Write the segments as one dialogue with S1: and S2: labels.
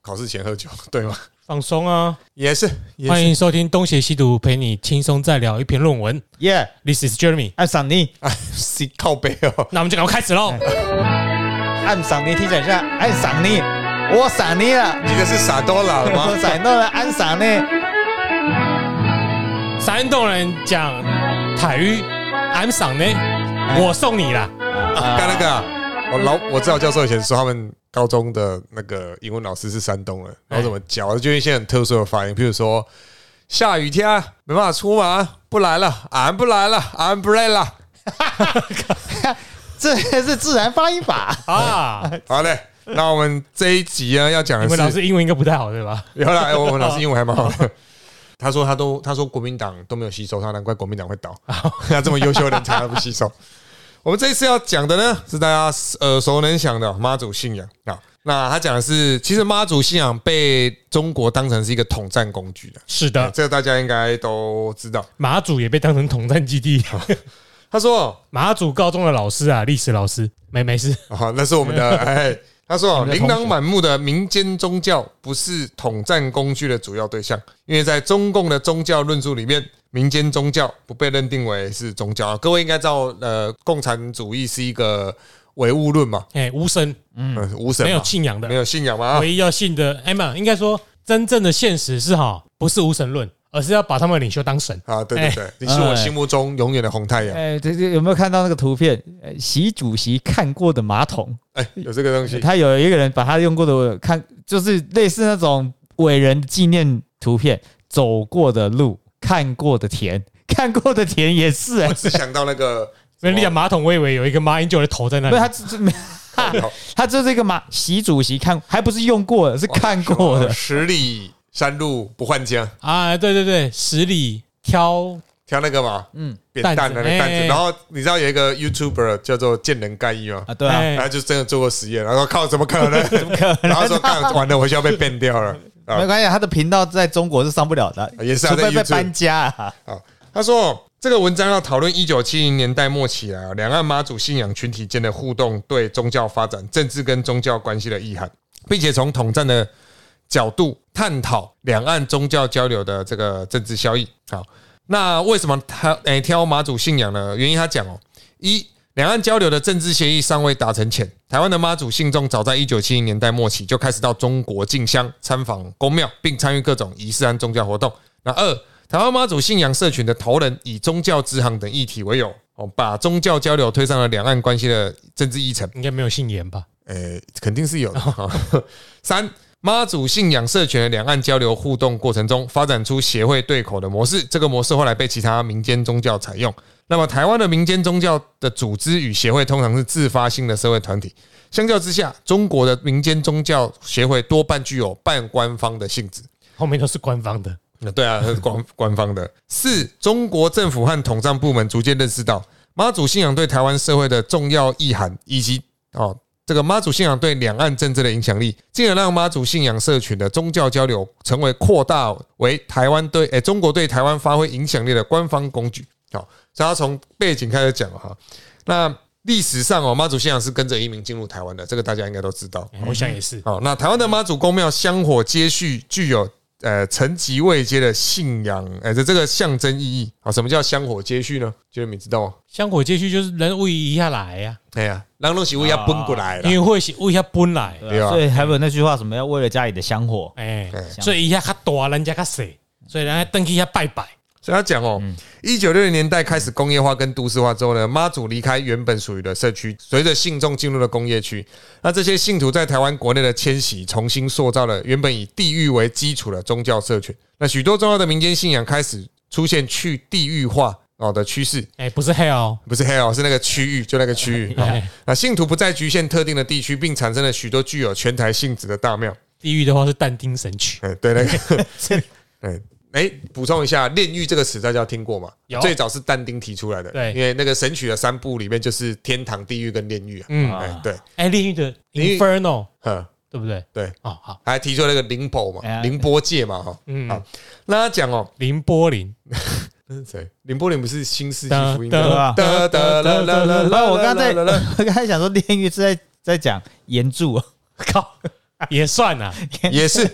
S1: 考试前喝酒， 对吗？
S2: 放松啊！
S1: 也是，也
S2: 欢
S1: 是。
S2: 迎收听《东邪西毒》，陪你轻松再聊一篇论文。
S3: 耶，
S2: This is Jeremy，
S3: 按赏你，
S1: 哎，是靠背哦。
S2: 那我们就赶快开始喽。
S3: 按赏你，听讲一下，按赏你，我赏你了，
S1: 你的是傻多拉了
S3: 我
S1: 吗？
S3: 赏到了，按赏你，
S2: 山东人讲台语，I'm 赏呢，
S1: 哎
S2: 我送你啦。
S1: 啊，刚那个啊，我老我指导教授以前说他们高中的那个英文老师是山东人，
S2: 哎
S1: 然后怎么教，就用一些很特殊的发音，譬如说下雨天啊没办法出门啊，不来了，俺不来了，umbrella。
S3: 这是自然发音法。
S1: 哎
S2: 啊，
S1: 好嘞，那我们这一集呢要讲
S2: 你
S1: 的
S2: 们老
S1: 是，
S2: 师英文应该不太好对吧？
S1: 有啦，哎我们老师英文还蛮好的。 他说他都他说国民党都没有吸收他，难怪国民党会倒。 他这么优秀的人才不吸收。 我们这一次要讲的呢，是大家耳熟能详的妈祖信仰啊。那他讲的是，其实妈祖信仰被中国当成是一个统战工具的，
S2: 是的，
S1: 这个大家应该都知道。
S2: 马祖也被当成统战基 地。
S1: 哦他说
S2: 马祖高中的老师啊，历史老师，没没事，
S1: 啊，那是我们的 哎，他说
S2: 我们的
S1: 琳
S2: 同学
S1: 琅满目的民间宗教不是统战工具的主要对象，因为在中共的宗教论述里面，民间宗教不被认定为是宗教。各位应该知道，呃，共产主义是一个唯物论嘛，
S2: 哎，无神
S1: 嗯，无神嘛
S2: 没有信仰
S1: 没
S2: 的，
S1: 有信仰嘛，啊
S2: 唯一要信的，哎嘛，应该说真正的现实是哈，不是无神论，而是要把他们的领袖当神。
S1: 啊，对对
S2: 哎
S1: 对，你是我心目中永远的红太阳。
S3: 哎，这这有没有看到那个图片？呃习主席看过的马桶，
S1: 哎，有这个东西，
S3: 他有一个人把他用过的看，就是类似那种伟人纪念图片，走过的路，看过的田，看过的田也是、 哎
S1: 我只想到那 个，
S2: 所以你讲马桶，我以为有一个马英九的头在那
S3: 不
S2: 里
S3: 是。他只是没。
S1: 靠腰
S3: 他就是一个马习主席看，还不是用过的，是看过的。
S1: 十里山路不换江，
S2: 啊，对对对，十里挑
S1: 挑那个嘛，
S3: 嗯
S1: 扁担的那个
S2: 担
S1: 担
S2: 子
S1: 子。
S2: 哎
S1: 然后你知道有一个 YouTuber 叫做见人盖伊吗？
S3: 啊，对啊，
S2: 哎
S1: 然后就真的做过实验，然后说靠，怎么可能？怎么可能？然后说干完了，回去要被变掉了
S3: 没
S1: 啊！
S3: 关系，他的频道在中国是上不了的，
S1: 也是啊
S3: 除非
S1: 在
S3: 被
S1: YouTube
S3: 搬家、啊。
S1: 他说这个文章要讨论一九七零年代末期啊，两岸妈祖信仰群体间的互动对宗教发展、政治跟宗教关系的意涵，并且从统战的角度探讨两岸宗教交流的这个政治效益。好，那为什么他诶、挑马祖信仰呢？原因他讲哦，一两岸交流的政治协议尚未达成前，台湾的妈祖信众早在一九七零年代末期就开始到中国进香、参访宫庙，并参与各种仪式和宗教活动。那二，台湾妈祖信仰社群的头人以宗教支行等议题为由，哦，把宗教交流推上了两岸关系的政治议程。
S2: 应该没有姓严吧？
S1: 呃，肯定是有的。三妈祖信仰社群的两岸交流互动过程中，发展出协会对口的模式。这个模式后来被其他民间宗教采用。那么，台湾的民间宗教的组织与协会通常是自发性的社会团体。相较之下，中国的民间宗教协会多半具有半官方的性质。
S2: 后面都是官方的，
S1: 那对啊， 官官方的。四，中国政府和统战部门逐渐认识到妈祖信仰对台湾社会的重要意涵，以及哦这个妈祖信仰对两岸政治的影响力，进而让妈祖信仰社群的宗教交流成为扩大为台湾对诶、中国对台湾发挥影响力的官方工具。好、所以他从背景开始讲了哈。那历史上哦，妈祖信仰是跟着移民进入台湾的，这个大家应该都知道。
S2: 哎我想也是。
S1: 好，那台湾的妈祖公庙香火接续具有呃层级位阶的信仰，呃这这个象征意义。好，什么叫香火接续呢？觉得你知道吗？
S2: 香火接续就是人位移下来呀、
S1: 哎呀，让东西物要奔过来
S2: 啊，
S1: 了
S2: 因。为会是位下搬来，
S1: 对啊
S3: 所以还有那句话什么要为了家里的香火，
S2: 哎、
S1: 哎
S2: 所以一下较大，人家较小，
S1: 嗯
S2: 所以人家登去一下拜拜。
S1: 所以他讲
S2: 嗯
S1: 哦，一九六零年代开始工业化跟都市化之后呢，妈祖离开原本属于的社区，随着信众进入了工业区，那这些信徒在台湾国内的迁徙，重新塑造了原本以地域为基础的宗教社群。那许多重要的民间信仰开始出现去地域化哦的趋势，
S2: 哎、不是 hell，
S1: 不是 hell，是那个区域，就那个区域。
S2: 哎、
S1: 那信徒不再局限特定的地区，并产生了许多具有全台性质的大庙。
S2: 地狱的话是但丁神曲，
S1: 哎，对那个，哎哎，补充一下，“炼狱”这个词大家听过吗？
S2: 有
S1: 最早是但丁提出来的。
S2: 对
S1: 因为那个《神曲》的三部里面就是天堂、地狱跟炼狱啊。
S2: 嗯，
S1: 哎
S3: 啊，
S1: 对，
S2: 哎，炼狱的
S1: 炼狱
S2: inferno
S1: 呵，
S2: 对不对？
S1: 对，
S2: 哦，好，
S1: 还提出那个灵宝
S3: 哎
S1: 嘛，
S3: 呀
S1: 凌波界嘛，哈。
S2: 嗯，
S1: 好那他讲哦，
S2: 林波林，
S1: 那是谁？凌波林不是新世纪福音
S3: 哒
S1: 的？
S3: 吧
S1: 哒哒啦啦啦啦
S3: 不是我刚才
S1: 啦啦啦啦
S3: 我刚才想说炼狱是在在讲岩柱，啊
S2: 靠，也算啊。
S1: 也是。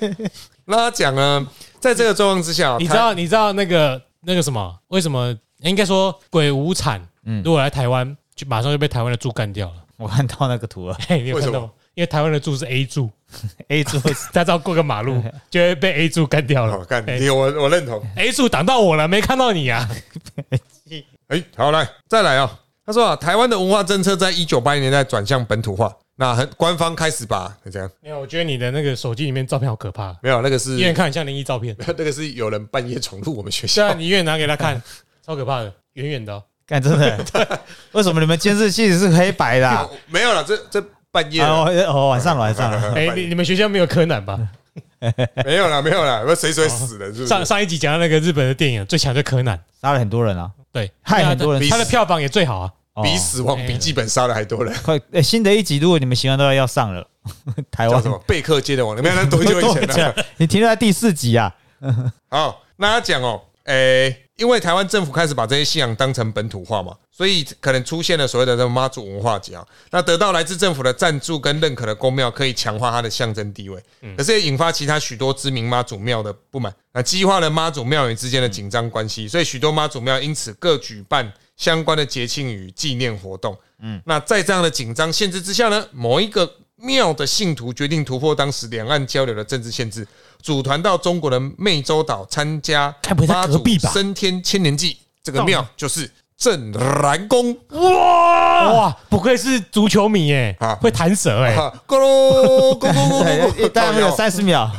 S1: 那他讲呢，在这个状况之下，
S2: 你
S1: 哦他
S2: 知道你知道那个那个什么？为什么应该说鬼无产？
S3: 嗯
S2: 如果来台湾，就马上就被台湾的柱干掉了。
S3: 我看到那个图了
S2: 嘿，你有
S1: 为什么
S2: 看到吗？因为台湾的柱是 A 柱，
S3: ，A 柱
S2: 他只要过个马 路就会被 A 柱干
S3: 哦
S2: 掉
S1: 好
S2: 了。
S1: 看，
S2: 哎
S1: 哦你我我认同。
S2: A 柱挡到我了，没看到你啊！
S1: 哎、好来，再来哦。他说啊，台湾的文化政策在一九八零年代转向本土化，那很官方开始把怎样？
S2: 没有，我觉得你的那个手机里面照片好可怕，
S1: 没有，那个是
S2: 一眼看很像灵异照片。
S1: 那个是有人半夜闯入我们学
S2: 对啊，
S1: 校，
S2: 你远拿给他 看，超可怕的，远远的哦。
S3: 干真的，为什么你们监视器是黑白 的啊？
S1: 没有了，这这半夜
S3: 啊
S1: 啦
S3: 哦哦，晚上了，晚上了。
S1: 啊
S2: 哎，你你们学校没有柯南吧？
S1: 没有了，没有了，那谁谁死了是不
S2: 上
S1: 是？
S2: 上一集讲到那个日本的电影最强就柯南，
S3: 杀了很多人啊，
S2: 对，
S3: 害
S2: 那
S3: 很多人
S2: 他他的票房也最好啊。
S3: 哦
S1: 比死亡笔记本杀的还多人。
S3: 快、欸新的一集，如果你们喜欢的话，要上了。 台
S1: 叫
S3: 湾
S1: 什么？贝克街的网络，没有，那多 久以前的？
S3: 啊你停留在第四 集啊？
S1: 好，那他讲哦，诶、因为台湾政府开始把这些信仰当成本土化嘛，所以可能出现了所谓的这种妈祖文化节啊。那得到来自政府的赞助跟认可的公庙，可以强化它的象征地位，可是也引发其他许多知名妈祖庙的不满，那激化了妈祖庙宇之间的紧张关系，所以许多妈祖庙因此各举办相关的节庆与纪念活动。嗯，那在这样的紧张限制之下呢，某一个庙的信徒决定突破当时两岸交流的政治限制，组团到中国的湄洲岛参加
S2: 该不会在
S1: 妈
S2: 隔
S1: 祖
S2: 壁吧
S1: 升天千年祭，这个庙就是镇澜宫
S2: 哇哇，不愧是足球迷耶
S1: 啊，
S2: 会弹舌 哎，
S1: 啊，咕噜咕咕 咕咕咕
S3: 对，
S1: 咕，
S3: 哎大概有三十秒。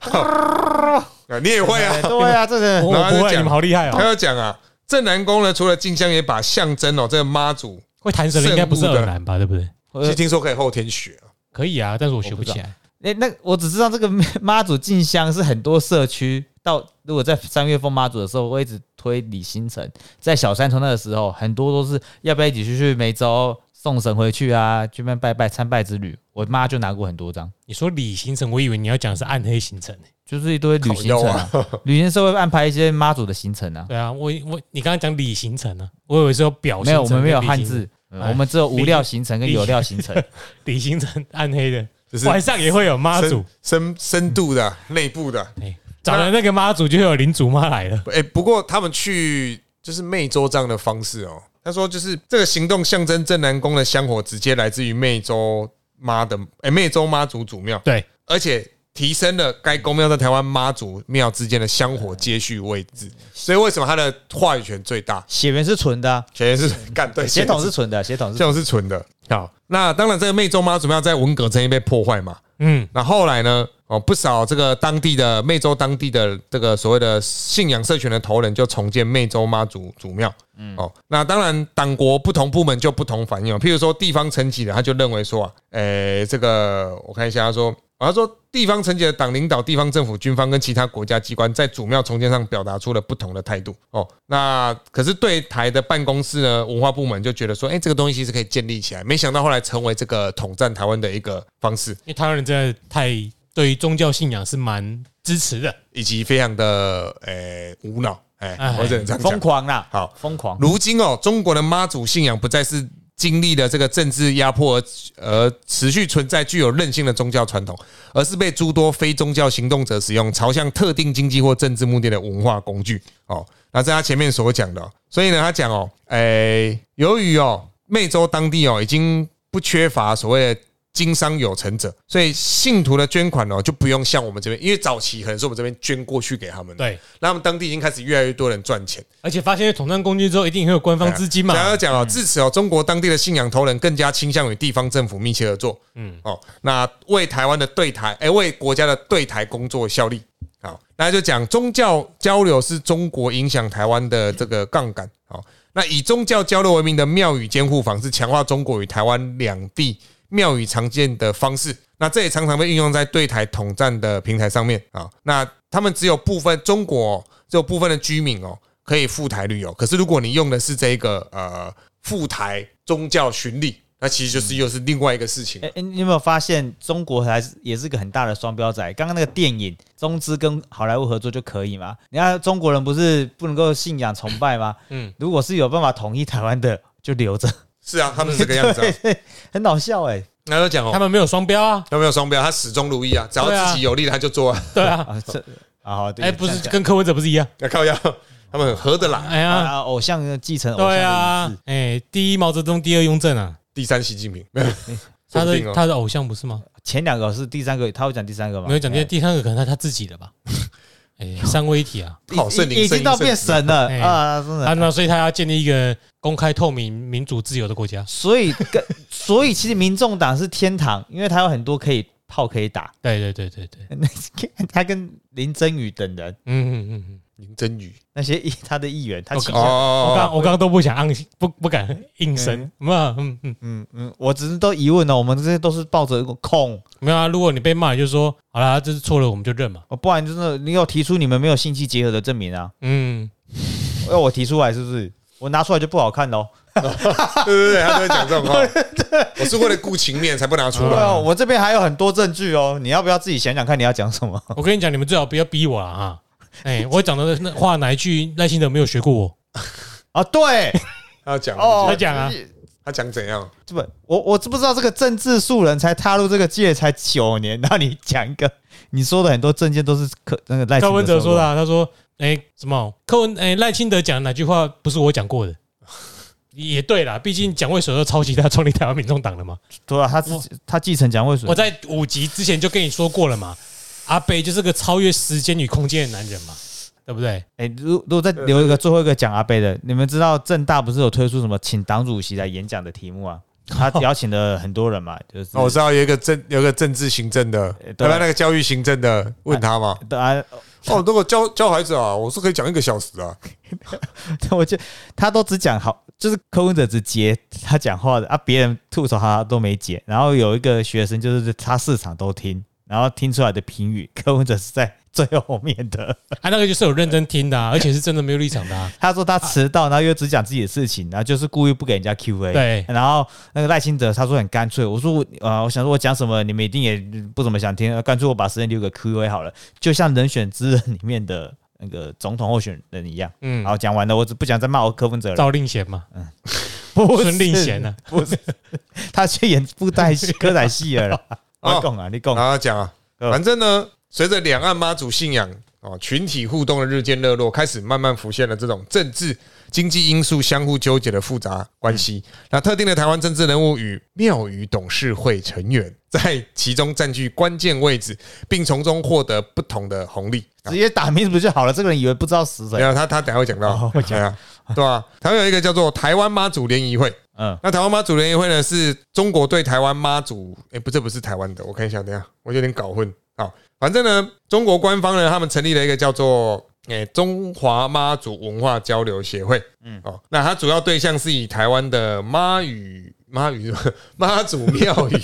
S1: 啊， 你也会啊
S2: 哎
S3: 对？对啊，这
S2: 我
S3: 个
S1: 然后他就
S2: 哦不会，
S1: 讲
S2: 你们好厉害
S1: 他
S2: 哦，
S1: 要讲啊，镇澜宫呢，除了进香，也把象征哦这个妈祖，
S2: 会弹舌的应该不是耳男吧？对不对？
S1: 其实听说可以后天学啊，
S2: 可以啊，但是我学不起来。
S3: 哎、那我只知道这个妈祖进香是很多社区到，如果在三月份妈祖的时候，我一直推李新城，在小山头那个时候，很多都是要不要一起去去梅州送神回去啊，去那边拜拜参拜之旅。我妈就拿过很多张，
S2: 你说李行程，我以为你要讲的是暗黑行程。
S3: 就是一堆旅行
S1: 烤
S3: 社、
S1: 腰
S3: 啊， 旅行社会安排一些妈祖的行程啊。
S2: 对啊，我我你刚刚讲李行程啊呢，我以为是有表
S3: 没
S2: 哦行
S3: 有，
S2: 程
S3: 我们没有
S2: 跟李
S3: 汉
S2: 行程
S3: 字，
S2: 哎
S3: 我们只有无料行程跟有料行程。
S2: 李行程暗黑的，
S1: 就是
S2: 晚上也会有妈祖
S1: 深，深深度的啊内部的。
S2: 哎，找了那个妈祖就会有领主妈来了。
S1: 哎，不过他们去就是湄洲这样的方式哦，他说就是这个行动象征镇澜宫的香火直接来自于湄洲妈的，哎，湄洲妈祖祖庙，
S2: 对，
S1: 而且提升了该公庙在台湾妈祖庙之间的香火接续位置，所以为什么他的话语权最大？
S3: 血缘是纯的啊、
S1: 全是干对，
S3: 血统
S1: 显然
S3: 是纯的，啊血统
S1: 这
S3: 是。
S1: 种是纯的。好，那当然这个湄洲妈祖庙在文革曾经被破坏嘛。
S2: 嗯，
S1: 那后来呢？哦，不少这个当地的呃湄洲当地的这个所谓的信仰社群的头人就重建湄洲妈祖祖庙。嗯，哦，那当然，党国不同部门就不同反应哦。譬如说地方层级的，他就认为说啊，诶、这个我看一下，他说。哦他说，地方层级的党领导、地方政府、军方跟其他国家机关在祖庙重建上表达出了不同的态度。哦，那可是对台的办公室呢，文化部门就觉得说，哎、这个东西其实可以建立起来。没想到后来成为这个统战台湾的一个方式。
S2: 因为台湾人真的太对于宗教信仰是蛮支持的。
S1: 以及非常的呃、无脑，哎、
S2: 哎
S1: 我只能这样
S3: 疯
S1: 讲。
S3: 狂啦，
S1: 好
S3: 疯狂。
S1: 如今哦，中国的妈祖信仰不再是经历了这个政治压迫而而持续存在具有韧性的宗教传统，而是被诸多非宗教行动者使用，朝向特定经济或政治目的的文化工具。哦，那在他前面所讲的哦、所以呢，他讲哦，哎、由于哦，湄洲当地哦已经不缺乏所谓的经商有成者，所以信徒的捐款哦就不用像我们这边，因为早期可能是我们这边捐过去给他们的，
S2: 对，
S1: 那他们当地已经开始越来越多人赚钱。
S2: 而且发现有统战工具之后，一定会有官方资金嘛
S1: 想。要讲哦，至此哦，中国当地的信仰头人更加倾向于地方政府密切合作。嗯，哦，那为台湾的对台，哎、为国家的对台工作效力。好，那就讲宗教交流是中国影响台湾的这个杠杆。好，那以宗教交流为名的庙宇监护法是强化中国与台湾两地庙宇常见的方式。那这也常常被运用在对台统战的平台上面啊。那他们只有部分中国、哦、只有部分的居民哦可以赴台旅游，可是如果你用的是这个呃赴台宗教巡礼，那其实就是又是另外一个事情
S3: 哎、。欸你有没有发现中国还是也是个很大的双标仔？刚刚那个电影，中资跟好莱坞合作就可以吗？人家中国人不是不能够信仰崇拜吗？
S2: 嗯
S3: 嗯，如果是有办法统一台湾的，就留着。
S2: 嗯
S1: 是啊，他们是这个样子、啊。
S3: 对，很搞笑哎、
S1: 那就讲
S2: 他
S1: 哦，
S2: 们没有双标啊，
S1: 有没有双标？他始终如一啊，只
S2: 对啊
S1: 要自己有利，他就做啊。
S2: 对啊，
S3: 啊，这啊好，对
S2: 哎，不
S3: 这样
S2: 是
S3: 讲
S2: 跟柯文哲不是一样？
S1: 要靠要，他们很合得来。
S2: 哎呀，
S3: 啊，偶像的继承偶像的
S2: 对
S3: 意
S2: 啊
S3: 志，，
S2: 哎，第一毛泽东，第二雍正啊，
S1: 第三，习近平没有，说
S2: 他
S1: 不定
S2: 的
S1: 哦
S2: 他的偶像不是吗？
S3: 前两个是第三个，他会讲第三个吗？
S2: 没有讲，
S3: 哎
S2: 第第三个可能他他自己的吧， 哎，三位一体 啊，
S1: 好圣灵
S3: 已已经到变神了
S2: 哎
S3: 啊，真
S2: 啊，
S3: 的。
S2: 那所以他要建立一个公开、透明、民主、自由的国家，
S3: 所以跟所以其实民众党是天堂，因为他有很多可以炮可以打。
S2: 对对对对对，
S3: 他跟林真宇等人
S2: 嗯嗯嗯嗯。
S1: 林真宇
S3: 那些议 他的议员，他其实
S2: 我刚
S1: 哦，
S2: 我刚刚都不想按不不敢应声
S3: 嗯，
S2: 没有啊，嗯嗯，
S3: 嗯嗯，我只是都疑问呢，我们这些都是抱着一个空，
S2: 没有啊。如果你被骂，你就说好啦，这是错了，我们就认嘛。
S3: 哦不然真的你有提出你们没有性器结合的证明啊？
S2: 嗯，
S3: 要我提出来是不是？我拿出来就不好看喽。
S1: 对 对对，他都会讲这种话。 我是为了顾情面才不拿出
S3: 对
S1: 来。
S3: 啊，我这边还有很多证据哦，你要不要自己想想看你要讲什么？
S2: 我跟你讲，你们最好不要逼我了哈。哎，我讲的那话哪一句赖清德没有学过我？
S3: 啊，对，
S1: 他讲
S3: 哦，
S2: 他讲啊
S1: 他讲怎样？
S3: 这不，我我知不知道这个政治素人才踏入这个界才九年，那你讲一个，你说的很多证件都是可那个赖清
S2: 柯文哲说的
S3: 的，
S2: 啊，他说，哎，什么？柯文哎赖清德讲的哪句话不是我讲过的？ 也对啦，毕竟蒋渭水都抄袭他创立台湾民众党了嘛。
S3: 对啊，他自己他继承蒋渭水
S2: 我，在五集之前就跟你说过了嘛，阿北就是个超越时间与空间的男人嘛，对不对？
S3: 哎，如如果再留一个最后一个讲阿贝的，你们知道政大不是有推出什么请党主席来演讲的题 目啊？他邀请了很多人嘛，就是
S1: 哦，我知道有一个政，有一个政治行政的，
S3: 呃
S1: 要不
S3: 对
S1: 然那个教育行政的问他嘛。
S3: 啊，
S1: 哦，如果教教孩子啊，我是可以讲一个小时啊。
S3: 我就他都只讲好，就是柯文哲只截他讲话的啊，别人吐槽他都没截。然后有一个学生就是他市场都听，然后听出来的评语，柯文哲是在最后面的。
S2: 啊，那个就是有认真听的、啊，而且是真的没有立场的、啊。
S3: 他说他迟到，然后又只讲自己的事情，然后就是故意不给人家 Q&A。
S2: 对
S3: 然后那个赖清德他说很干脆，我说我呃，我想说我讲什么你们一定也不怎么想听，呃干脆我把时间留给 Q&A 好了，就像《人选之人》里面的那个总统候选人一样。
S2: 嗯
S3: 然，后讲完了，我只不想再骂我柯文哲了。
S2: 赵令贤嘛，
S3: 不是
S2: 孙令贤
S1: 啊
S2: 啊呢、
S3: 不是，他去演布袋戏、歌仔戏了啦。
S1: 哦
S3: 我讲啊，你讲
S1: 然后他讲啊，
S3: 嗯
S1: 反正呢，随着两岸妈祖信仰哦群体互动的日渐热络，开始慢慢浮现了这种政治、经济因素相互纠结的复杂关系。
S3: 嗯
S1: 那特定的台湾政治人物与庙宇董事会成员 在其中占据关键位置，并从中获得不同的红利。
S3: 直接打名字不就好了？这个人以为不知道死
S1: 没
S3: 谁。
S1: 有他，他等一下会讲到
S3: 哦，会讲
S1: 对啊，对啊，台湾有一个叫做台湾妈祖联谊会，
S3: 嗯，
S1: 那台湾妈祖联谊会呢，是中国对台湾妈祖，哎、不，这不是台湾的，我看一下，等一下，我有点搞混。好，反正呢，中国官方呢，他们成立了一个叫做哎、诶中华妈祖文化交流协会，嗯，哦，那它主要对象是以台湾的妈语。妈语是吧 妈祖庙宇，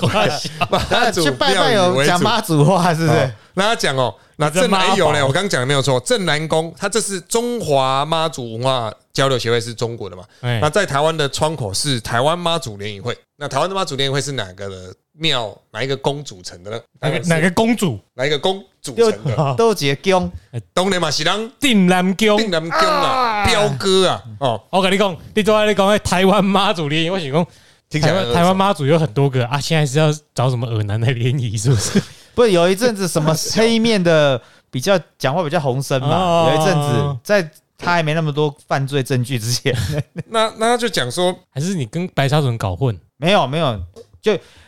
S2: 夸小
S1: 妈祖
S3: 啊去拜
S1: 庙
S3: 拜
S1: 宇
S3: 有
S1: 为
S3: 讲
S1: 主。
S3: 妈祖话是不
S1: 哦
S3: 是？
S1: 那他讲哦，那
S2: 这
S1: 正南
S2: 妈
S1: 有呢，
S2: 宝
S1: 我刚刚讲的没有错，正南宫，它这是中华妈祖文化交流协会，是中国的嘛？
S2: 哎
S1: 那，在台湾的窗口是台湾妈祖联谊会。那台湾的妈祖联谊会是哪个的庙？哪一个宫组成的呢？
S2: 哪个哪个公主？
S1: 哪一个宫组成的？
S3: 都结公，
S1: 东雷马喜郎
S2: 定南宫。
S1: 定南宫啊，彪哥啊，哦，
S2: 我跟你讲，你都在你讲台湾妈祖联谊，我想讲
S1: 听起
S2: 台
S1: 来
S2: 湾台湾妈祖有很多个啊，现在是要找什么耳男来联谊是不是？
S3: 不是有一阵子什么黑面的比较讲话比较洪声嘛？
S2: 哦
S3: 有一阵子在他还没那么多犯罪证据之前，
S1: 那那他就讲说，
S2: 还是你跟白沙屯搞混？
S3: 没有没有，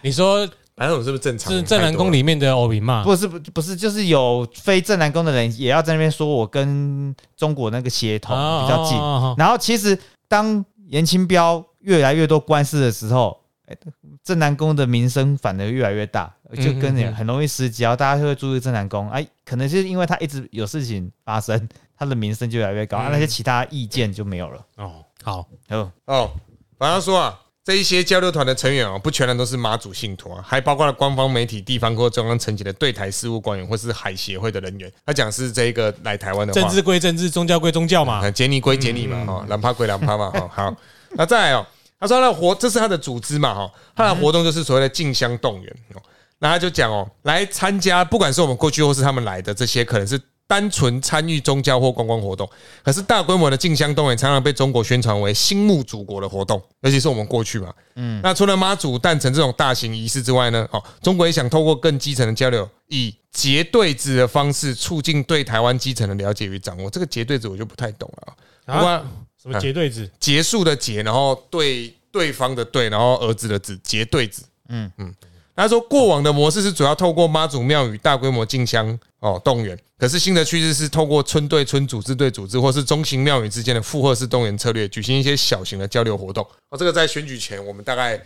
S2: 你说
S1: 南总是不是正常？
S2: 是正南宫里面的欧比嘛？
S3: 不是不不是，就是有非正南宫的人也要在那边说我跟中国那个协同
S2: 啊
S3: 比较近，
S2: 啊
S3: 然后其实当严清标越来越多官司的时候，哎正南宫的名声反而越来越大，就跟你
S2: 嗯嗯嗯
S3: 很容易失焦，大家就会注意正南宫。哎，可能就是因为他一直有事情发生，他的名声就越来越高，啊、
S2: 嗯
S3: 那些其他意见就没有了。
S2: 哦，好，
S3: 哦，
S1: 哦，反正他说啊。这一些交流团的成员啊，不全然都是妈祖信徒啊，还包括了官方媒体、地方或中央层级的对台事务官员或是海协会的人员。他讲是这一个来台湾的话
S2: 政治归政治，宗教归宗教嘛。
S1: 啊，杰尼归杰尼嘛，哈，兰帕归兰帕嘛，哈，好，那再来哦，他说他的活，这是他的组织嘛，哈，他的活动就是所谓的竞相动员哦，那他就讲哦，来参加，不管是我们过去或是他们来的这些，可能是单纯参与宗教或观光活动，可是大规模的进香动也常常被中国宣传为新牧祖国的活动，尤其是我们过去嘛。嗯，那除了妈祖诞辰这种大型仪式之外呢，哦，中国也想透过更基层的交流，以结对子的方式促进对台湾基层的了解与掌握。这个结对子我就不太懂了、啊。不过
S2: 啊，什么结对子？
S1: 结束的结，然后对对方的对，然后儿子的子，结对子。嗯
S3: 嗯
S1: 嗯。他说，过往的模式是主要透过妈祖庙宇大规模进香哦动员，可是新的趋势是透过村对村、组织对组织，或是中型庙宇之间的复合式动员策略，举行一些小型的交流活动。哦，这个在选举前我们大概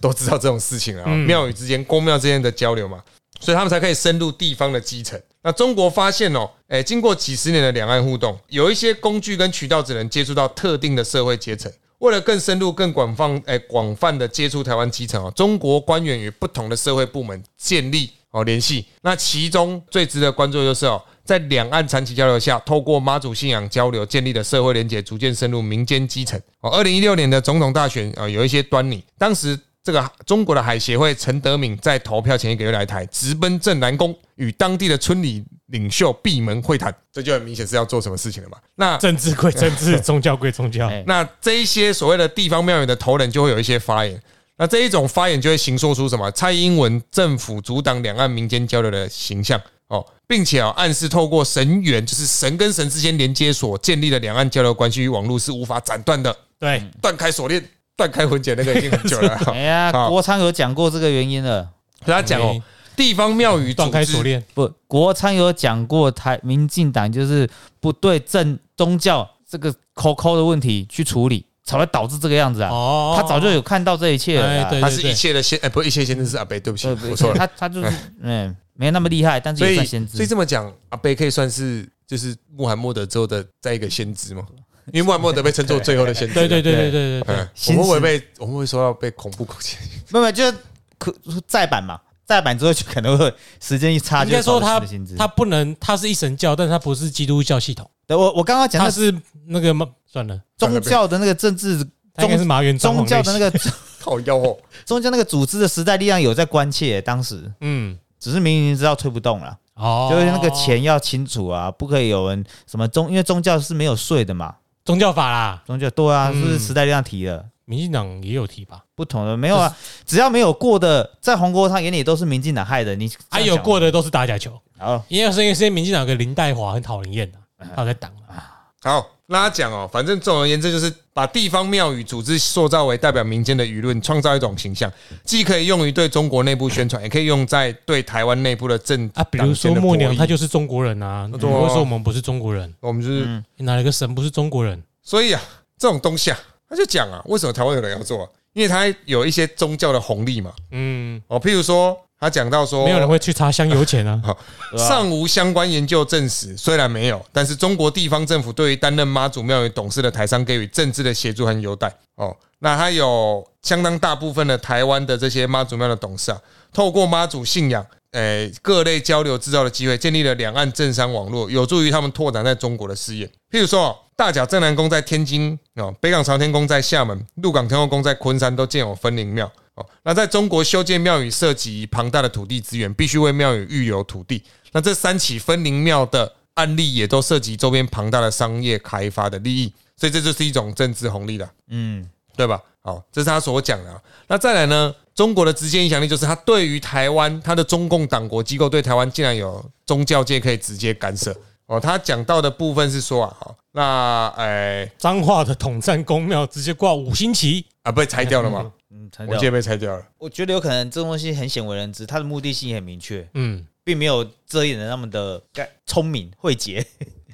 S1: 都知道这种事情了、啊，
S2: 嗯
S1: 庙宇之间、公庙之间的交流嘛。所以他们才可以深入地方的基层。那中国发现哦，诶，经过几十年的两岸互动，有一些工具跟渠道只能接触到特定的社会阶层。为了更深入、更广泛、诶广泛的接触台湾基层哦，中国官员与不同的社会部门建立哦联系。那其中最值得关注的就是哦，在两岸长期交流下，透过妈祖信仰交流建立的社会连结，逐渐深入民间基层。哦，二零一六年的总统大选啊、呃有一些端倪。当时这个中国的海协会陈德敏在投票前一个月来台，直奔镇南宫，与当地的村里领袖闭门会谈，这就很明显是要做什么事情了嘛。那
S2: 政治归政治，宗教归宗教。
S3: 哎
S1: 那这一些所谓的地方庙宇的头人就会有一些发言，那这一种发言就会形塑出什么蔡英文政府阻挡两岸民间交流的形象哦，并且啊、暗示透过神缘，就是神跟神之间连接所建立的两岸交流关系与网络是无法斩断的，
S2: 对，
S1: 断开锁链、断开魂结那个已经很久 了。
S3: 哎呀
S1: 好，
S3: 国昌有讲过这个原因了。
S1: 跟他讲哦，地方庙宇
S2: 断开
S1: 组织
S2: 锁链，
S3: 不，国昌有讲过台民进党就是不对政宗教这个扣扣的问题去处理，才会导致这个样子啊。
S2: 哦
S3: 他早就有看到这一切了啦。
S2: 哎对呃
S1: 他是一切的先，哎，不，一切先知是阿北，对不起，
S3: 对不
S1: 我错了。
S3: 他他就是嗯，没那么厉害，但是
S1: 所
S3: 也
S1: 以，
S3: 算先
S1: 哎所以
S3: 知。
S1: 这么讲，阿北可以算是就是穆罕默德之后的再一个先知吗？因为穆罕默德被称作最后的先知。啊
S2: 对对对对对对对
S1: 嗯，我们会被我们会说到被恐怖攻击。
S3: 没有，没有就是可再版嘛，再版之后就可能会时间一差
S2: 应
S3: 就
S2: 该
S3: 会
S2: 说
S3: 导
S2: 他
S3: 致新的先知。
S2: 他不能，他是一神教，但是他不是基督教系统，
S3: 对我我刚刚讲
S2: 他
S3: 的
S2: 是那个嘛算了，
S3: 宗教的那个政 治
S2: 他应该是麻原彰
S3: 宗
S2: 晃
S3: 教的那
S2: 类型
S3: 个
S1: 靠腰哦，
S3: 宗教那个组织的时代力量有在关切，当时
S2: 嗯
S3: 只是明明知道推不动了，
S2: 哦，
S3: 就是那个钱要清楚啊，不可以有人什么宗，因为宗教是没有税的嘛，
S2: 宗教法啦，
S3: 宗教对啊，
S2: 嗯
S3: 是不是时代力量提了？
S2: 民进党也有提吧？
S3: 不同的没有啊，只要没有过的，在黄国昌眼里都是民进党害的。你
S2: 啊，有过的都是打假球，
S3: 哦，
S2: 因为是因为现在民进党有个林黛华很讨人厌的，他有在挡啊，
S1: 好，那他讲哦，反正总而言之就是把地方庙宇组织塑造为代表民间的舆论，创造一种形象，既可以用于对中国内部宣传，也可以用在对台湾内部的政
S2: 啊比如
S1: 党间
S2: 说
S1: 的
S2: 默
S1: 博
S2: 娘，
S1: 弈
S2: 她就是中国人啊，你
S1: 那对
S2: 会
S1: 啊
S2: 说我们不是中国人？
S1: 我们就是
S3: 嗯
S2: 你哪了个神不是中国人？
S1: 所以啊，这种东西啊，他就讲啊，为什么台湾有人要做、啊？因为他有一些宗教的红利嘛。
S2: 嗯，
S1: 哦，譬如说，他讲到说，
S2: 没有人会去查香油钱啊。
S3: 对吧
S1: 上无相关研究证实，虽然没有，但是中国地方政府对于担任妈祖庙宇董事的台商给予政治的协助和优待。哦，那他有相当大部分的台湾的这些妈祖庙的董事啊，透过妈祖信仰。诶，各类交流制造的机会，建立了两岸政商网络，有助于他们拓展在中国的事业。譬如说哦，大甲镇南宫在天津哦，北港朝天宫在厦门，鹿港天后宫在昆山都建有分灵庙哦。那在中国修建庙宇涉及庞大的土地资源，必须为庙宇预留土地。那这三起分灵庙的案例也都涉及周边庞大的商业开发的利益，所以这就是一种政治红利了。
S3: 嗯，
S1: 对吧？好，这是他所讲的、啊。那再来呢？中国的直接影响力就是他对于台湾，他的中共党国机构对台湾竟然有宗教界可以直接干涉哦。他讲到的部分是说啊，好，那哎
S2: 彰化的统战公庙直接挂五星旗，
S1: 啊被拆掉了嘛，
S3: 嗯，
S1: 我
S3: 陈
S1: 们
S3: 导
S1: 现在被 拆掉了。
S3: 我觉得有可能这种东西很鲜为人知，它的目的性也很明确，
S2: 嗯，
S3: 并没有遮掩的那么的聪明慧解。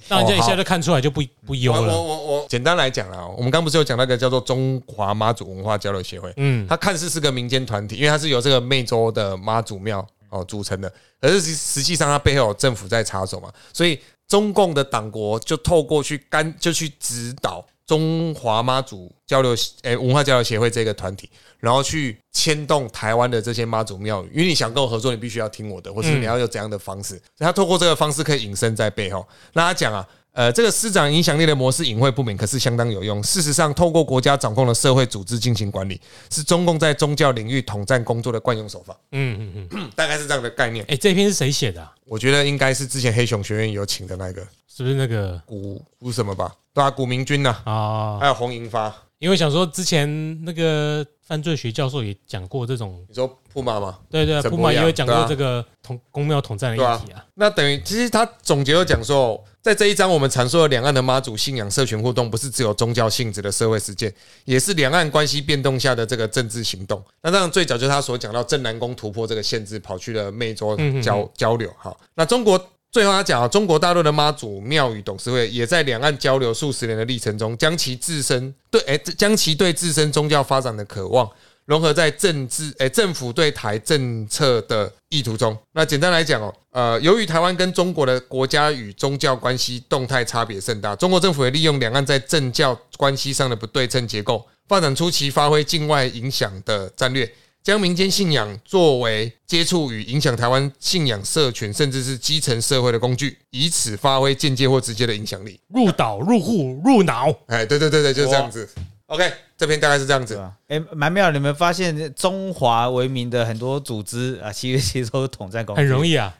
S2: 让人家一
S1: 哦好
S2: 下就看出来就不不优
S1: 我
S2: 了。
S1: 我我我简单来讲啦，我们刚不是有讲那个叫做中华妈祖文化交流协会，
S2: 嗯，
S1: 它看似是个民间团体，因为它是由这个湄洲的妈祖庙哦组成的，可是实实际上它背后有政府在插手嘛，所以中共的党国就透过去干就去指导中华妈祖交流诶、文化交流协会这个团体，然后去牵动台湾的这些妈祖庙宇，因为你想跟我合作，你必须要听我的，或是你要有怎样的方式，所以他透过这个方式可以隐身在背后。那他讲啊。呃，这个师长影响力的模式隐晦不明，可是相当有用。事实上，透过国家掌控的社会组织进行管理，是中共在宗教领域统战工作的惯用手法，
S2: 嗯嗯嗯，
S1: 大概是这样的概念。
S2: 哎，这篇是谁写的啊？
S1: 我觉得应该是之前黑熊学院有请的那个
S2: 是不是那个
S1: 古古什么吧，对啊，古明君呐、
S2: 啊？
S1: 还有洪银发，
S2: 因为想说之前那个犯罪学教授也讲过这种，
S1: 你说铺妈吗？
S2: 对对啊，
S1: 怎么
S2: 布马也
S1: 样
S2: 有讲
S1: 对
S2: 过
S1: 啊
S2: 这个同公庙统战的议题啊。
S1: 那等于其实他总结有讲说，在这一章我们阐述了两岸的妈祖信仰社群互动，不是只有宗教性质的社会实践，也是两岸关系变动下的这个政治行动。那当然最早就是他所讲到正南宫突破这个限制，跑去了湄洲
S2: 嗯嗯嗯
S1: 交交流。好，那中国。最后，他讲啊，中国大陆的妈祖庙宇董事会也在两岸交流数十年的历程中，将其自身对哎、将其对自身宗教发展的渴望融合在政治诶、政府对台政策的意图中。那简单来讲哦，呃，由于台湾跟中国的国家与宗教关系动态差别甚大，中国政府也利用两岸在政教关系上的不对称结构，发展出其发挥境外影响的战略。将民间信仰作为接触与影响台湾信仰社群，甚至是基层社会的工具，以此发挥间接或直接的影响力。
S2: 入岛、入户、入脑，
S1: 哎，对对对对，就是这样子。OK，这篇大概是这样
S3: 对
S1: 子。
S2: 啊
S3: 吧？哎，蛮妙的，你们发现中华为民的很多组织啊，其实其实都是统战工具，
S2: 很容易啊。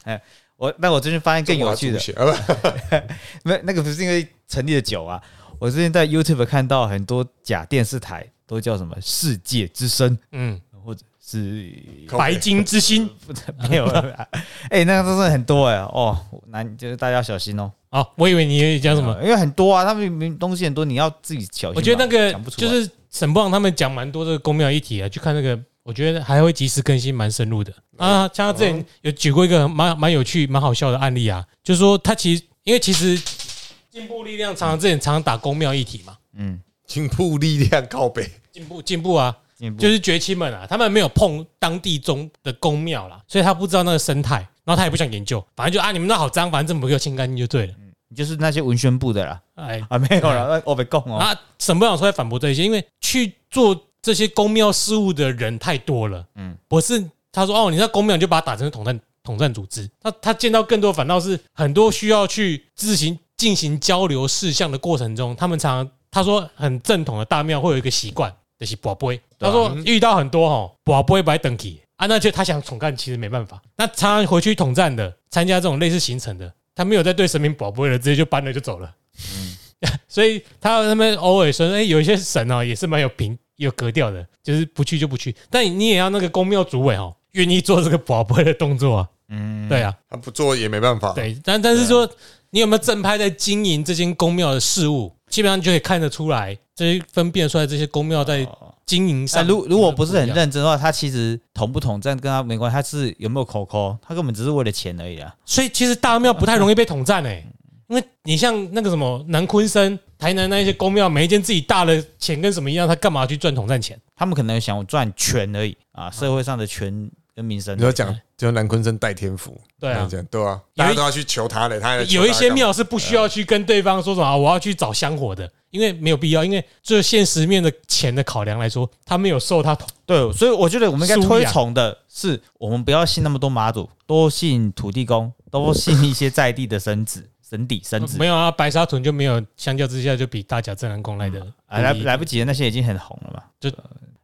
S3: 我那我最近发现更有趣的
S1: 中，华主血，啊
S3: 没那个不是因为成立的久啊，我最近在 YouTube 看到很多假电视台都叫什么“世界之声
S2: 嗯，”
S3: 或者 是
S1: 不
S2: 白金之星。
S3: 没有了 啦，哎、那个真的很多哎、哦，难就是大家要小心哦，
S2: 哦，我以为你也讲什么？
S3: 因为很多啊，他们明明东西很多，你要自己小心吧。
S2: 我觉得那个
S3: 讲不出来
S2: 就是沈部长他们讲蛮多这个公庙议题啊，去看那个，我觉得还会及时更新，蛮深入的啊。像他之前有举过一个蛮蛮有趣、蛮好笑的案例啊，就是说他其实因为其实进步力量常常之前常常打公庙议题嘛，
S3: 嗯，
S1: 进步力量靠北。
S2: 进步进步啊，
S3: 进步
S2: 就是觉青们啊，他们没有碰当地中的公庙啦，所以他不知道那个生态，然后他也不想研究，反正就啊你们那好脏，反正政府给我清干净就对了。
S3: 就是那些文宣部的啦，
S2: 哎，
S3: 啊，没有了，我被供哦，
S2: 啊，沈部长出来反驳这一些，因为去做这些公庙事务的人太多了。
S3: 嗯
S2: 嗯，不是他说哦，你在公庙你就把它打成统战统战组织，他他见到更多反倒是很多需要去自行进行交流事项的过程中，他们常常他说很正统的大庙会有一个习惯，就是宝贝。
S3: 对
S2: 他
S3: 啊
S2: 说遇到很多吼宝贝白等级啊，那就他想统战其实没办法，那常常回去统战的，参加这种类似行程的，他没有在对神明宝贝了，直接就搬了就走了。所以他他们偶尔说，哎、有一些神哦，也是蛮有品、有格调的，就是不去就不去。但你也要那个公庙主委哦，愿意做这个保贝的动作啊。
S3: 嗯，
S2: 对啊，
S1: 他不做也没办法。，
S2: 对，但但是说，你有没有正派在经营这间公庙的事务，基本上你就可以看得出来，这些分辨出来这些公庙在
S3: 哦
S2: 经营
S3: 那
S2: 上。
S3: 如如果不是很
S2: 认，
S3: 认真的话，他其实统不统战跟他没关系，他是有没有口口，他根本只是为了钱而已啊。
S2: 所以其实大庙不太容易被统战诶、因为你像那个什么南昆生、台南那一些公庙，每一间自己大的钱跟什么一样，他干嘛去赚统战钱？
S3: 他们可能想赚权而已啊，社会上的权跟民生
S1: 你。要讲，就南昆生带天赋，
S2: 对啊
S1: 这样对啊，
S2: 有
S1: 大
S2: 一
S1: 家都要去求他嘞，他还来求
S2: 有一些
S1: 他干嘛，
S2: 庙是不需要去跟对方说什么、啊、我要去找香火的，因为没有必要，因为就现实面的钱的考量来说，他没有受他统
S3: 对，所以我觉得我们应该
S2: 素养
S3: 推崇的是，我们不要信那么多马祖，多信土地公，多信一些在地的神子、神底、神子
S2: 没。有啊，白沙屯就没有，相较之下就比大甲镇南宫来的
S3: 啊，来
S2: 嗯
S3: 来不及了，那些已经很红了嘛。就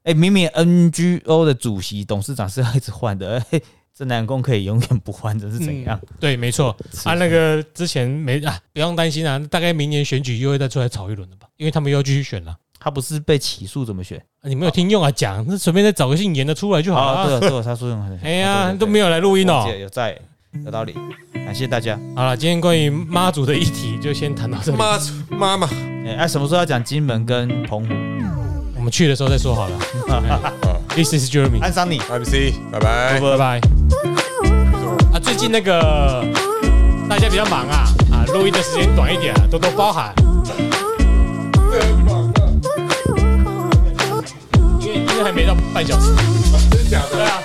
S3: 哎、明明 NGO 的主席、董事长是要一直换的， 哎、这南宫可以永远不换，这是怎样？
S2: 嗯对，没错啊，那个之前没啊，不用担心啊，大概明年选举又会再出来炒一轮的吧，因为他们又要继续选了。
S3: 他不是被起诉怎么选？
S2: 啊你没有听用啊，讲那随便再找个姓严的出来就好了
S3: 哦，对啊
S2: 啊。
S3: 了对了，他说用。
S2: 哎呀，都
S3: 有
S2: 没有来录音哦。
S3: 有在，有道理，感谢大家。
S2: 好了，今天关于妈祖的议题就先谈到这里，
S1: 妈妈妈，
S3: 哎、啊什么时候要讲金门跟澎湖？
S2: 我们去的时候再说好了。This 哎 is Jeremy。
S3: 安桑你。
S1: m c 拜拜。
S2: 拜拜。啊，最近那个大家比较忙啊，啊，录音的时间短一点、啊，多多包涵。因为因为还没到半小时。真的假的？对啊。